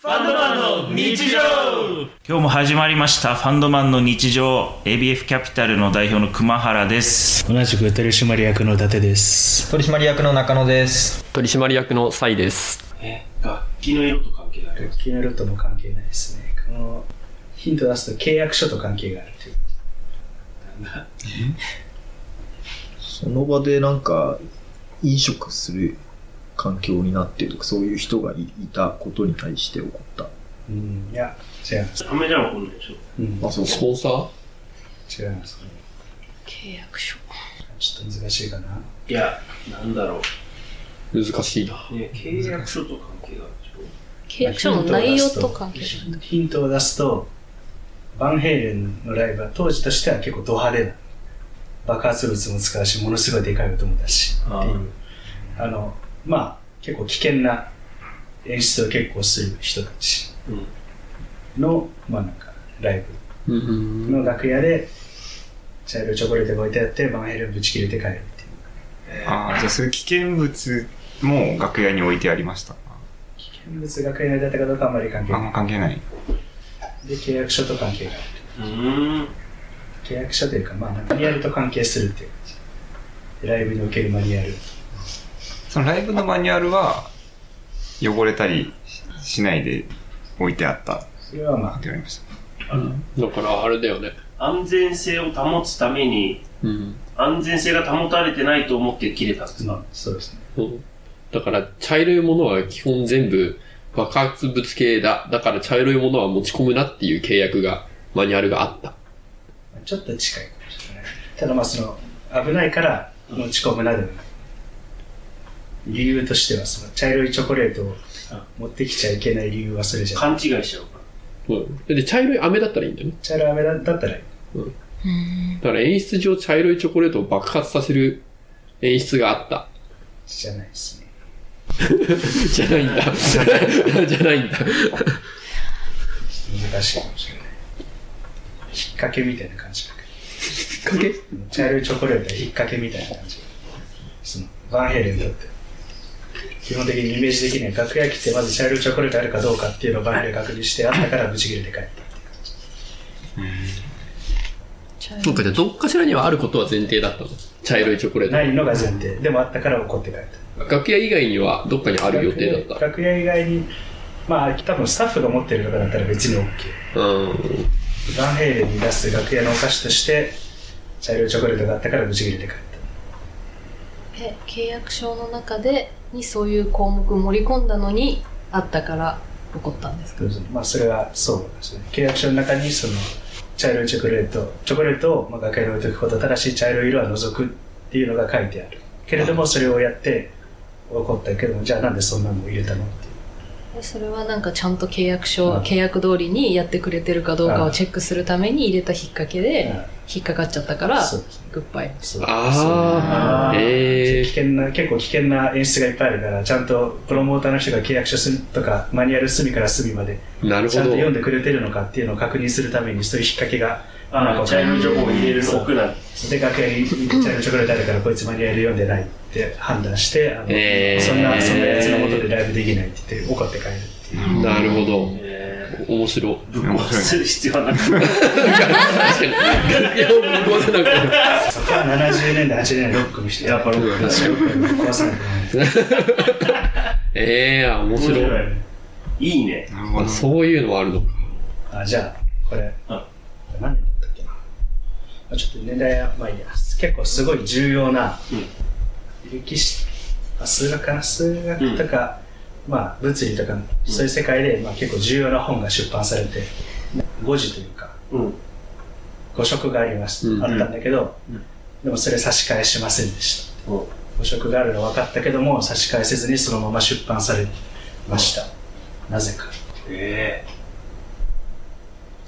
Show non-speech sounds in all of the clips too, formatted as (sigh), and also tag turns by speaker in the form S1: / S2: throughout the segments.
S1: ファンドマンの日常
S2: 今日も始まりましたファンドマンの日常 ABF キャピタルの代表の熊原です
S3: 同じく取締役の伊達です
S4: 取締役の中野です
S5: 取締役のサイです
S3: 楽器の色と関係ない楽器の色とも関係ないですねこのヒント出すと契約書と関係があるという
S6: その場でなんか飲食する環境になってるとか、そういう人がいいたことに対して起こった。
S3: うんいや違います
S2: ダメじゃんこんでしょ
S3: うん
S6: あ、そうか。
S5: ポンサー
S3: 違いますね
S7: 契約書
S3: ちょっと難しいかない
S1: やなんだろ
S5: 難しいな
S1: うね契約書と関係があるでしょ
S7: 契約書の内容と関係がある
S3: ヒントを出すとバンヘイレンのライブは当時としては結構ド派手な爆発物も使うしものすごいでかい音も出すしっていうあのまあ結構危険な演出を結構する人たちの、まあなんかライ
S5: うん
S3: ブの楽屋で茶色いチョコレートが置いてあってバンヘイレンぶち切れて帰るっていう
S8: ああ、じゃあそういう危険物も楽屋に置いてありました。
S3: 危険物学園だったかどうかはあんまり関係
S8: あんま
S3: な
S8: 関係ない。
S3: いで契約書と関係がある
S1: うん
S3: 契約書というか、まあ、マニュアルと関係するっていう感じライブにおけるマニュアル
S8: そのライブのマニュアルは、汚れたりししないで置いてあったって
S3: それはまあ
S8: 言われました。
S5: だからあれだよね
S1: 安全性を保つために
S5: うん、
S1: 安全性が保たれてないと思って切れたんです
S3: まあそうですね
S5: うんだから茶色いものは基本全部爆発物系だだから茶色いものは持ち込むなっていう契約がマニュアルがあった
S3: ちょっと近いかもしれないただまあその危ないから持ち込むなでもない理由としてはその茶色いチョコレートを持ってきちゃいけない理由はそれじゃない
S1: 勘違いしちゃうか
S5: うんで茶色い飴だったらいいんだよね
S3: 茶色飴だだったら
S5: だから演出上茶色いチョコレートを爆発させる演出があった
S3: じゃないですね
S5: じゃないん
S3: (laughs)
S5: だじゃないんだ
S3: 難しいかもしれない引っ掛けみたいな感じか
S5: かけ
S3: 茶色いチョコレートは引っ掛けみたいな感じそのバンヘイレンだって基本的にイメージできない楽屋来てまず茶色いチョコレートあるかどうかっていうのをバンヘイレン確認してあったからブチ切れて帰った
S5: そうかじゃあどっかしらにはあることは前提だったの茶色いチョコレート
S3: ないのが前提でもあったから怒って帰った
S5: 楽屋以外にはどっかにある予定だっ
S3: 楽屋以外にまあ多分スタッフが持ってるとかだったら別に OK
S5: た。うん。
S3: バンヘイレンに出す楽屋のお菓子として茶色いチョコレートがあったからブチ切れて帰った
S7: え契約書の中でにそういう項目盛り込んだのにあったから怒ったんですか
S3: まあそれはそうですね契約書の中にその茶色いチョコレートチョコレートをまあ楽屋に置いておくことただし茶色い色は除くっていうのが書いてあるけれどもそれをやって怒ったけどもじゃあなんでそんなのを入れたのっていう
S7: えそれはなんかちゃんと契約書、
S3: うん
S7: 契約通りにやってくれてるかどうかをチェックするために入れた引っ掛けで
S3: うん
S7: 引っかかっちゃったから、
S3: そうですね
S7: グッバイ
S3: そう
S5: あ
S3: あ
S5: あ。
S3: ー
S5: え
S3: 危険な結構危険な演出がいっぱいあるからちゃんとプロモーターの人が契約書すとかマニュアル隅から隅まで
S5: ー。なるほ
S3: ちゃんと読ん
S5: ど。
S3: でくれてるのかっていうのを確認するためにそういう引っ掛けが
S1: あ
S3: なん
S1: あ
S3: か
S1: 茶色いチョコを入れるの置くな
S3: で楽屋に茶色いチョコレートあるからこいつマニュアル読んでないって判断してあの、
S5: えー
S3: そんなそんなやつのもとでライブできないって言って怒って帰るっていう
S5: なるほど。
S1: え
S5: 面白い。
S1: ーぶっ壊する必要はなくて
S5: 確かに。いや、もう壊せなくなる
S3: そこは70年代80年代ロックの人やっぱロックの人壊さなくなる
S5: ええー、面
S1: 面
S5: 白
S1: 白
S5: い。
S1: いいいね
S8: なるほ
S5: あ
S8: ど。
S5: そういうのはあるのか。
S3: あじゃあこれ
S1: うん
S3: 何年だったっけなあちょっと年代はまあいいや結構すごい重要な歴史、あ数学かな数学とか、まあ物理とかそういう世界で、まあ、結構重要な本が出版されて誤字というか
S1: うん
S3: 誤植がありました、
S5: うん
S3: あったんだけど、
S1: うん
S3: でもそれ差し替えしませんでした
S1: うん
S3: 誤植があるの分かったけども差し替えせずにそのまま出版されました、なぜか
S1: ええ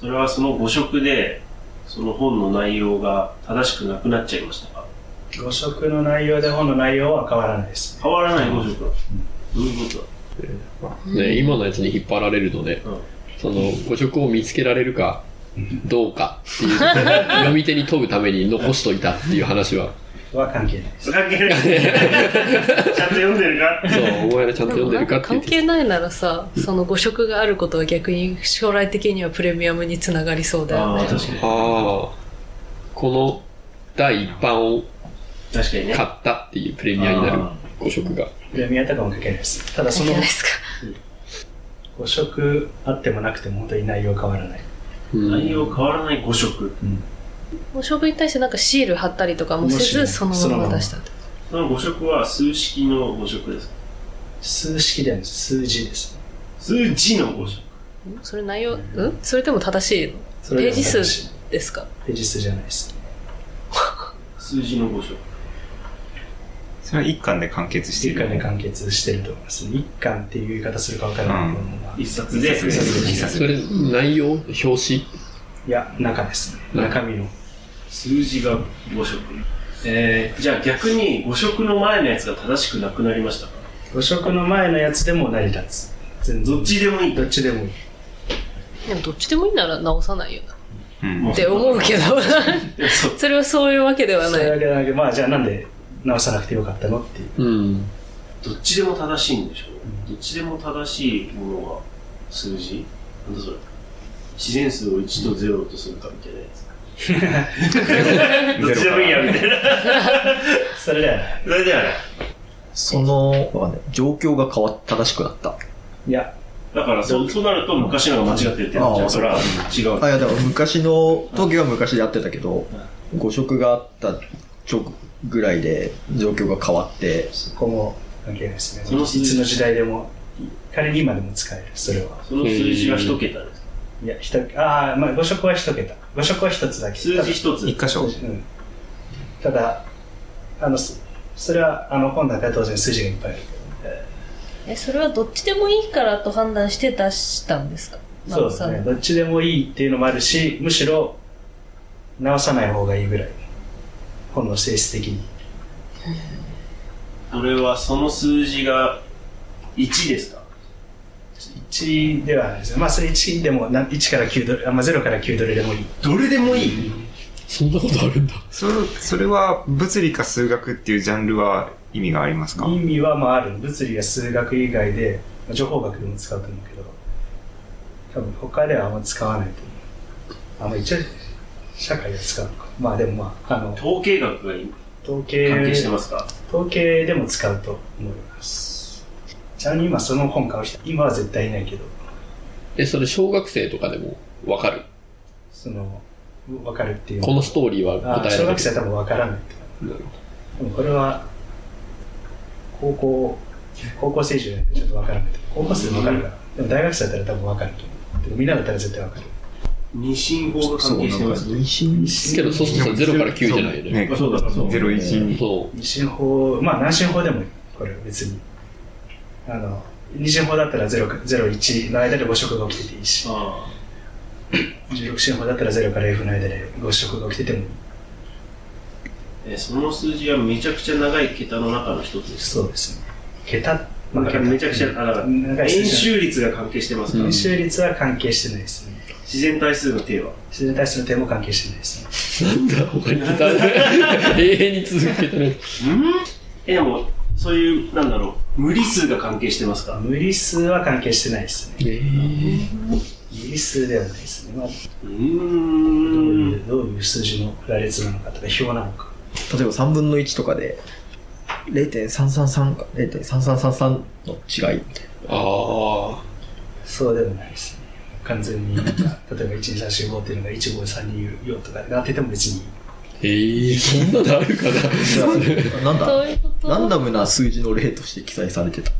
S1: それはその誤植でその本の内容が正しくなくなっちゃいましたか
S3: 誤植の内容で本の内容は変わらないです
S1: 変わらない誤植だどういうことだ
S5: ね、今のやつに引っ張られるとね、
S1: うん
S5: その誤植を見つけられるか (laughs) どうかっていう、読み手に問うために残しといたっていう話は、
S3: は関係ないです。
S1: 関係ない。ちゃんと読んでるか
S5: そう、お前らちゃんと
S7: で
S5: 読
S7: も
S5: んで
S7: な
S5: る
S7: ん
S5: か
S7: か関
S5: って言って
S7: 係ないならさ、その誤色があることは逆に将来的にはプレミアムにつながりそうだよ
S1: ああ、
S7: ね。
S1: 確かに。
S5: ああ、この第一版を
S1: 確かにね。
S5: 買ったっていうプレミアになる
S1: あ
S5: 5色が。
S3: プレミアとかも関係ないです。ただ
S7: い
S3: そ
S7: いじ
S3: の
S7: ゃないですか。
S3: 5色あってもなくても本当に内容変わらない。
S5: うん
S1: 内容変わらない5色。
S7: もう処分に対してなんかシール貼ったりとかもせず、
S3: もし
S7: そのまま出したって。
S1: その5色は数式の5色です。
S3: 数式ではないです。数字です。
S1: 数字の5色。
S7: んそれ内容、うんそれでも正しいの
S3: それでも
S7: ページ数
S3: 正しい
S7: ですか
S3: ページ数じゃないです。
S1: 数字の5色。
S8: それは一巻で完結してい
S3: 一
S8: る。
S3: 巻で完結してると思います。一巻っていう言い方するか分からないけども、まあ
S1: 一冊で。
S8: 一冊で一冊
S5: それ、内容表紙
S3: いや、中ですね。中身の。
S1: 数字が5色。えー、じゃあ逆に5色の前のやつが正しくなくなりましたか
S3: 5色の前のやつでも成り立つ。全然
S1: どっちでもいい
S8: (laughs)
S3: どっちでもいい。
S7: でもどっちでもいいなら直さないよな。
S8: うん
S7: って思うけど、
S1: そ
S7: (laughs)
S1: う
S7: それはそういうわけでは
S3: そ
S7: な
S3: れ
S7: い。
S3: だけだけまあじゃあなんで直さなくてよかったのっていう。
S5: うん。
S1: どっちでも正しいんでしょどっちでも正しいものが数字なんだそれ自然数を1と0とするかみたいなや (laughs) つ。どっちでもいいやみたいな。
S3: それではない
S1: それではない。
S6: その、わかんない状況が変わっ正しくなった。
S3: いや、
S1: だからそうそうなると昔のが間違ってるってなっちゃうから違う。
S6: あ、いや、だから昔の、時は昔であってたけど、誤色があった直ぐらいで状況が変わって、
S3: そこも関係ないですね。
S1: その
S3: いつの時代でも、仮に今でも使える、それは。
S1: その数字が1桁です。
S3: いや、ひとああ、まあ5色は一桁。5色は一つだけ。
S1: 数字1つ。
S8: 一箇
S3: ただ
S8: 所。
S3: うんただ、あの、そそれは、あの、本だけは当然数字がいっぱいある
S7: え、それはどっちでもいいからと判断して出したんですか
S3: けど。そうですね。どっちでもいいっていうのもあるし、むしろ、直さない方がいいぐらい。本の性質的に。
S1: 俺はその数字が1ですか
S3: 1ではないですね。まあ、それ1でも、な1から9ドル、あまあ、0から9ドルでもいい。
S1: どれでもいい
S5: そんなことあるんだ。
S8: それ、それは物理か数学っていうジャンルは意味がありますか
S3: 意味はまあある物理や数学以外でまあ情報学でも使うと思うけど多分他ではあんま使わないと思うあまあ一応社会では使うのかまあでもまああの
S1: 統計学が
S3: 統
S1: 関
S3: 計
S1: 係してますか、
S3: 統計でも使うと思いますちなみに今その本買う人今は絶対いないけど
S5: え、それ小学生とかでもわかる。
S3: その分かるっていう
S5: このストーリーは
S3: あ
S5: 答え
S3: 小
S5: ら
S3: 学
S5: れる。
S3: 生は多分分からないと
S5: な
S3: 思
S5: るほ
S3: うでもこれは高校高校生以上じゃないとちょっと分からないと思う高校生で分かるからでも大学生だったら多分分かると思うでもみんなだったら絶対分かる
S1: 二進法が関係してます
S6: 妊娠
S5: けど、そうするとさ、0から9じゃないよね。
S8: ね
S1: あ、そうだからそう
S8: ゼロ一に。
S5: そ
S3: 二進法まあ何進法でもいいこれは別にあの二進法だったら0か01の間で5色が起きてていいし
S1: あ
S3: 16進法だったら0から F の間で5色が起きててもいい
S1: あえその数字はめちゃくちゃ長い桁の中の一つです
S3: そうですね桁
S1: なんかめちゃくちゃあだから
S3: 長い数
S1: 円
S3: 字
S1: 周率が関係してますか
S5: う
S1: ら、
S5: ん
S3: 円周率は関係してないですね
S1: 自然対数の定は
S3: 自然対数の点も関係してないですね
S5: う。なんだ、他に答え永遠に続けてる。
S1: えでもそういうなんだろう無理数が関係してますか
S3: 無理数は関係してないですね
S5: えー
S3: 無理数ではないですねまあ
S1: うー
S3: どうい
S1: ん
S3: うどういう数字の羅列なのかとか表なのか
S6: 例えば3分の1とかで、0.333か0.3333の違いみたい
S5: あ
S3: そうでもないですね。完全になんか、例えば12345っていうのが15324とかでなってても別に
S5: あ。えー、そんなのあるかな。
S6: な。なん
S7: そ
S6: だ
S7: ういうこと
S6: ラン
S7: (laughs)
S6: ダムな数字の例として記載されてた。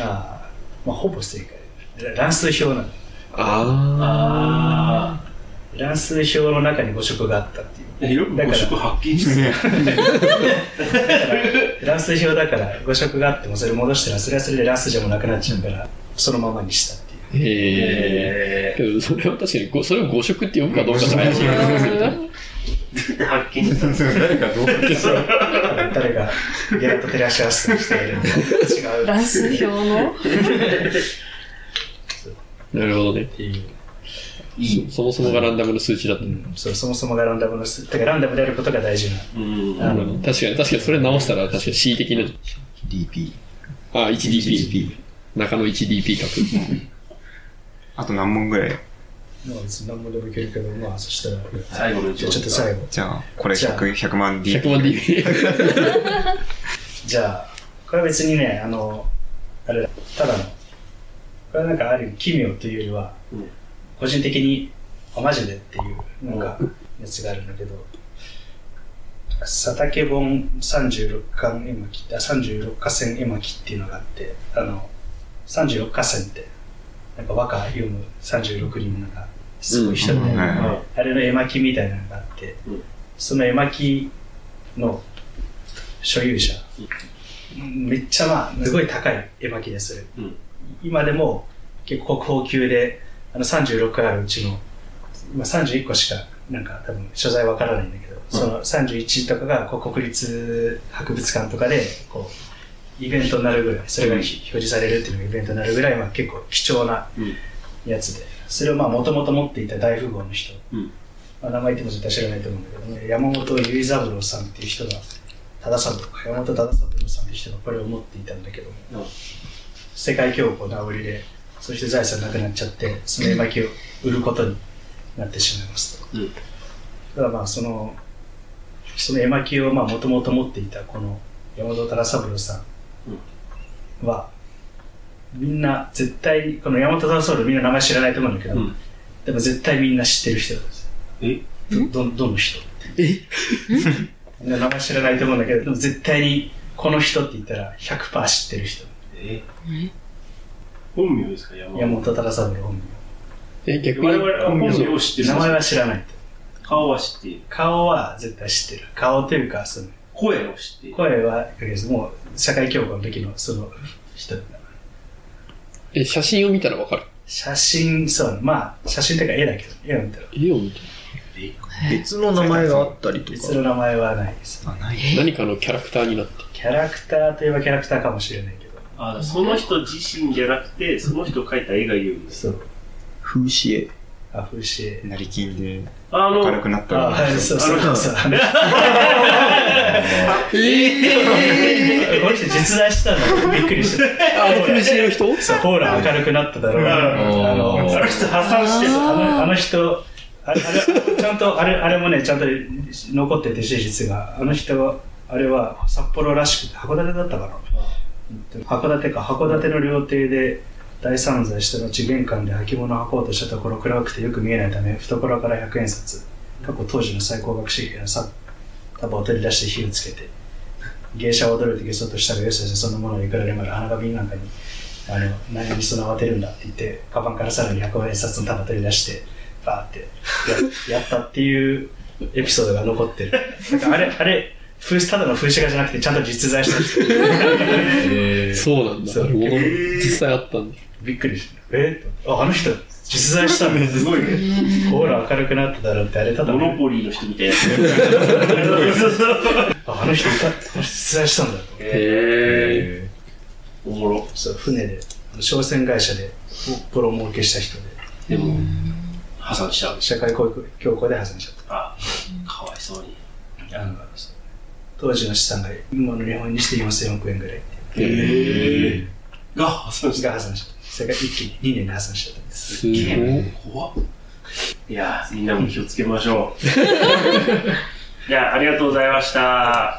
S3: あー、まあ、ほぼ正解。乱数表なんで
S5: あ
S1: あ
S3: 乱数表の中に誤色があったってい
S1: あよく
S3: だ
S1: 5
S3: から
S1: 色発見してる
S3: う。乱数表だから誤色があってもそれ戻したらそれはそれで乱数じゃもうなくなっちゃうから、そのままにしたっていう。
S5: ー。へ
S1: え
S5: え。けど、それは確かにご、それを5色って読むかどうかじゃないし。
S1: ー、発見した
S8: 誰かどう
S3: 誰がゲラと照らし合わせにしているのか違うっ
S7: 乱数表の
S5: なるほどね。
S3: ていう。
S1: いい。
S5: そもそもがランダムの数値だった。
S3: うん、そうそもそもがランダムの数だからランダムであることが大事な
S1: うん。
S3: あ
S5: う
S3: の
S5: ん確かに、確かにそれ直したら、確かに C 的な。
S6: DP。
S5: あ、1DP。中野 1DP 書く。
S8: あと何問ぐらい
S3: まあ別に何もでもいけるけどまあそしたら
S1: 最後の一
S3: じゃ
S1: 問
S3: あちょっと最後
S8: じゃあ、これ
S3: じゃあ
S8: 100, 100万 D。
S5: 100万 DP。
S3: じゃあこれは別にねあのあれだただのこれはなんかある奇妙というよりは、
S1: うん
S3: 個人的にあマジでっていうなんかやつがあるんだけど「佐竹本36巻絵巻」あ36河川絵巻っていうのがあってあの36河川ってなんか和歌読む36人のなんかすごい人みたいな、
S8: うん
S1: は
S3: あれの絵巻みたいなのがあって、
S1: うん
S3: その絵巻の所有者、めっちゃまあ、すごい高い絵巻でする。
S1: うん
S3: 今でも結構高級で、あの36あるうちの、今31個しか、なんか多分所在わからないんだけど、その31とかがこう国立博物館とかで、こう、イベントになるぐらい、それがひ表示されるっていうのがイベントになるぐらい、まあ結構貴重な
S1: うん
S3: やつで、それをまあもともと持っていた大富豪の人、
S1: うん
S3: まあ、名前言っても絶対知らないと思うんだけどね、山本由井三郎さんっていう人が、忠三郎か、山本忠三郎さんっていう人がこれを持っていたんだけども、
S1: うん
S3: 世界恐慌の煽りで、そして財産なくなっちゃって、その絵巻を売ることになってしまいますと。
S1: うん
S3: ただまあその、その絵巻をもともと持っていたこの山本忠三郎さんは、みんな絶対、この山本忠三郎みんな名前知らないと思うんだけど、
S1: うん
S3: でも絶対みんな知ってる人なんですよ。
S1: え
S3: どどどの人え名前知らないと思うんだけど、でも絶対にこの人って言ったら100%知ってる人。
S1: え本名ですか山
S3: 山本忠三郎本
S5: え、逆に
S1: 我々、は本名を知ってる
S3: 名。名前は知らないと。
S1: 顔は知っている
S3: 顔は絶対知ってる。顔というか、その
S1: 声を知っている
S3: 声は、とりあえずもう社会教科の時のその人だから
S5: え、写真を見たらわかる。
S3: 写真、そう、まあ、写真というか絵だけど、絵を見たら。
S5: 絵を見た
S6: 別の名前があったりと
S3: 別
S6: か。
S3: の名前はないです。
S8: あ、ない。
S5: ら。何かのキャラクターになって。
S3: キャラクターといえばキャラクターかもしれないけど、
S1: あその人自身じゃなくてその人を描いた絵が言うんです
S3: そう、
S6: 風刺絵。
S3: アフシエ。
S8: 成金で
S1: あの
S8: 明るくなった
S3: あ、
S8: ら
S3: はい、そうそうそうそう。あのこの人実在してたのびっくりした。
S5: あ、あの苦しいの人
S3: そう、ほら明るくなっただろうな。あの、
S1: あの人破産して
S3: あ
S1: た
S3: のあの人、あれ、あれちゃんと、あれ、あれもね、ちゃんと残ってて、事実が。あの人は、あれは札幌らしくて、函館だったかな。函館か、函館の料亭で大散財した後、玄関で履物を履こうとしたところ、暗くてよく見えないため、懐から100円札、過去当時の最高学士やさ、束を取り出して火をつけて、芸者は驚いてゲストとしたが、よしよし、そのものをいくらでもある花が瓶なんかに、あの、何にその慌てるんだって言って、カバンからさらに100円札の束取り出して、バーってや、や (laughs) ったっていうエピソードが残ってる。だからあれ、あれ、風刺ただの風刺画じゃなくて、ちゃんと実在した人。
S5: そうなんだ。
S3: そう
S5: なるほど実際あったんだ。
S3: びっくりした。えっとああの人、実在したの
S1: (laughs) すごいね
S3: ほら明るくなっただろうって、あれただ
S1: モ
S3: の、
S1: ノポリーの人みたいな
S3: ああの人いた、あの人実在したんだと。
S5: へえ。
S1: おもろ
S3: そう、船で、あの商船会社で、ボロ儲けした人で、
S1: でも破産しちゃう
S3: 社会教育教育で破産しちゃっ
S1: あかわいそうに
S3: た。あの当時の資産が今の日本にして4000億円ぐらい
S1: へえが破産した
S3: が破産しちゃった。それが一気に2年で破産しちゃったんです。
S5: すごい。
S1: 怖っいやーみんなも気をつけましょうじゃあありがとうございました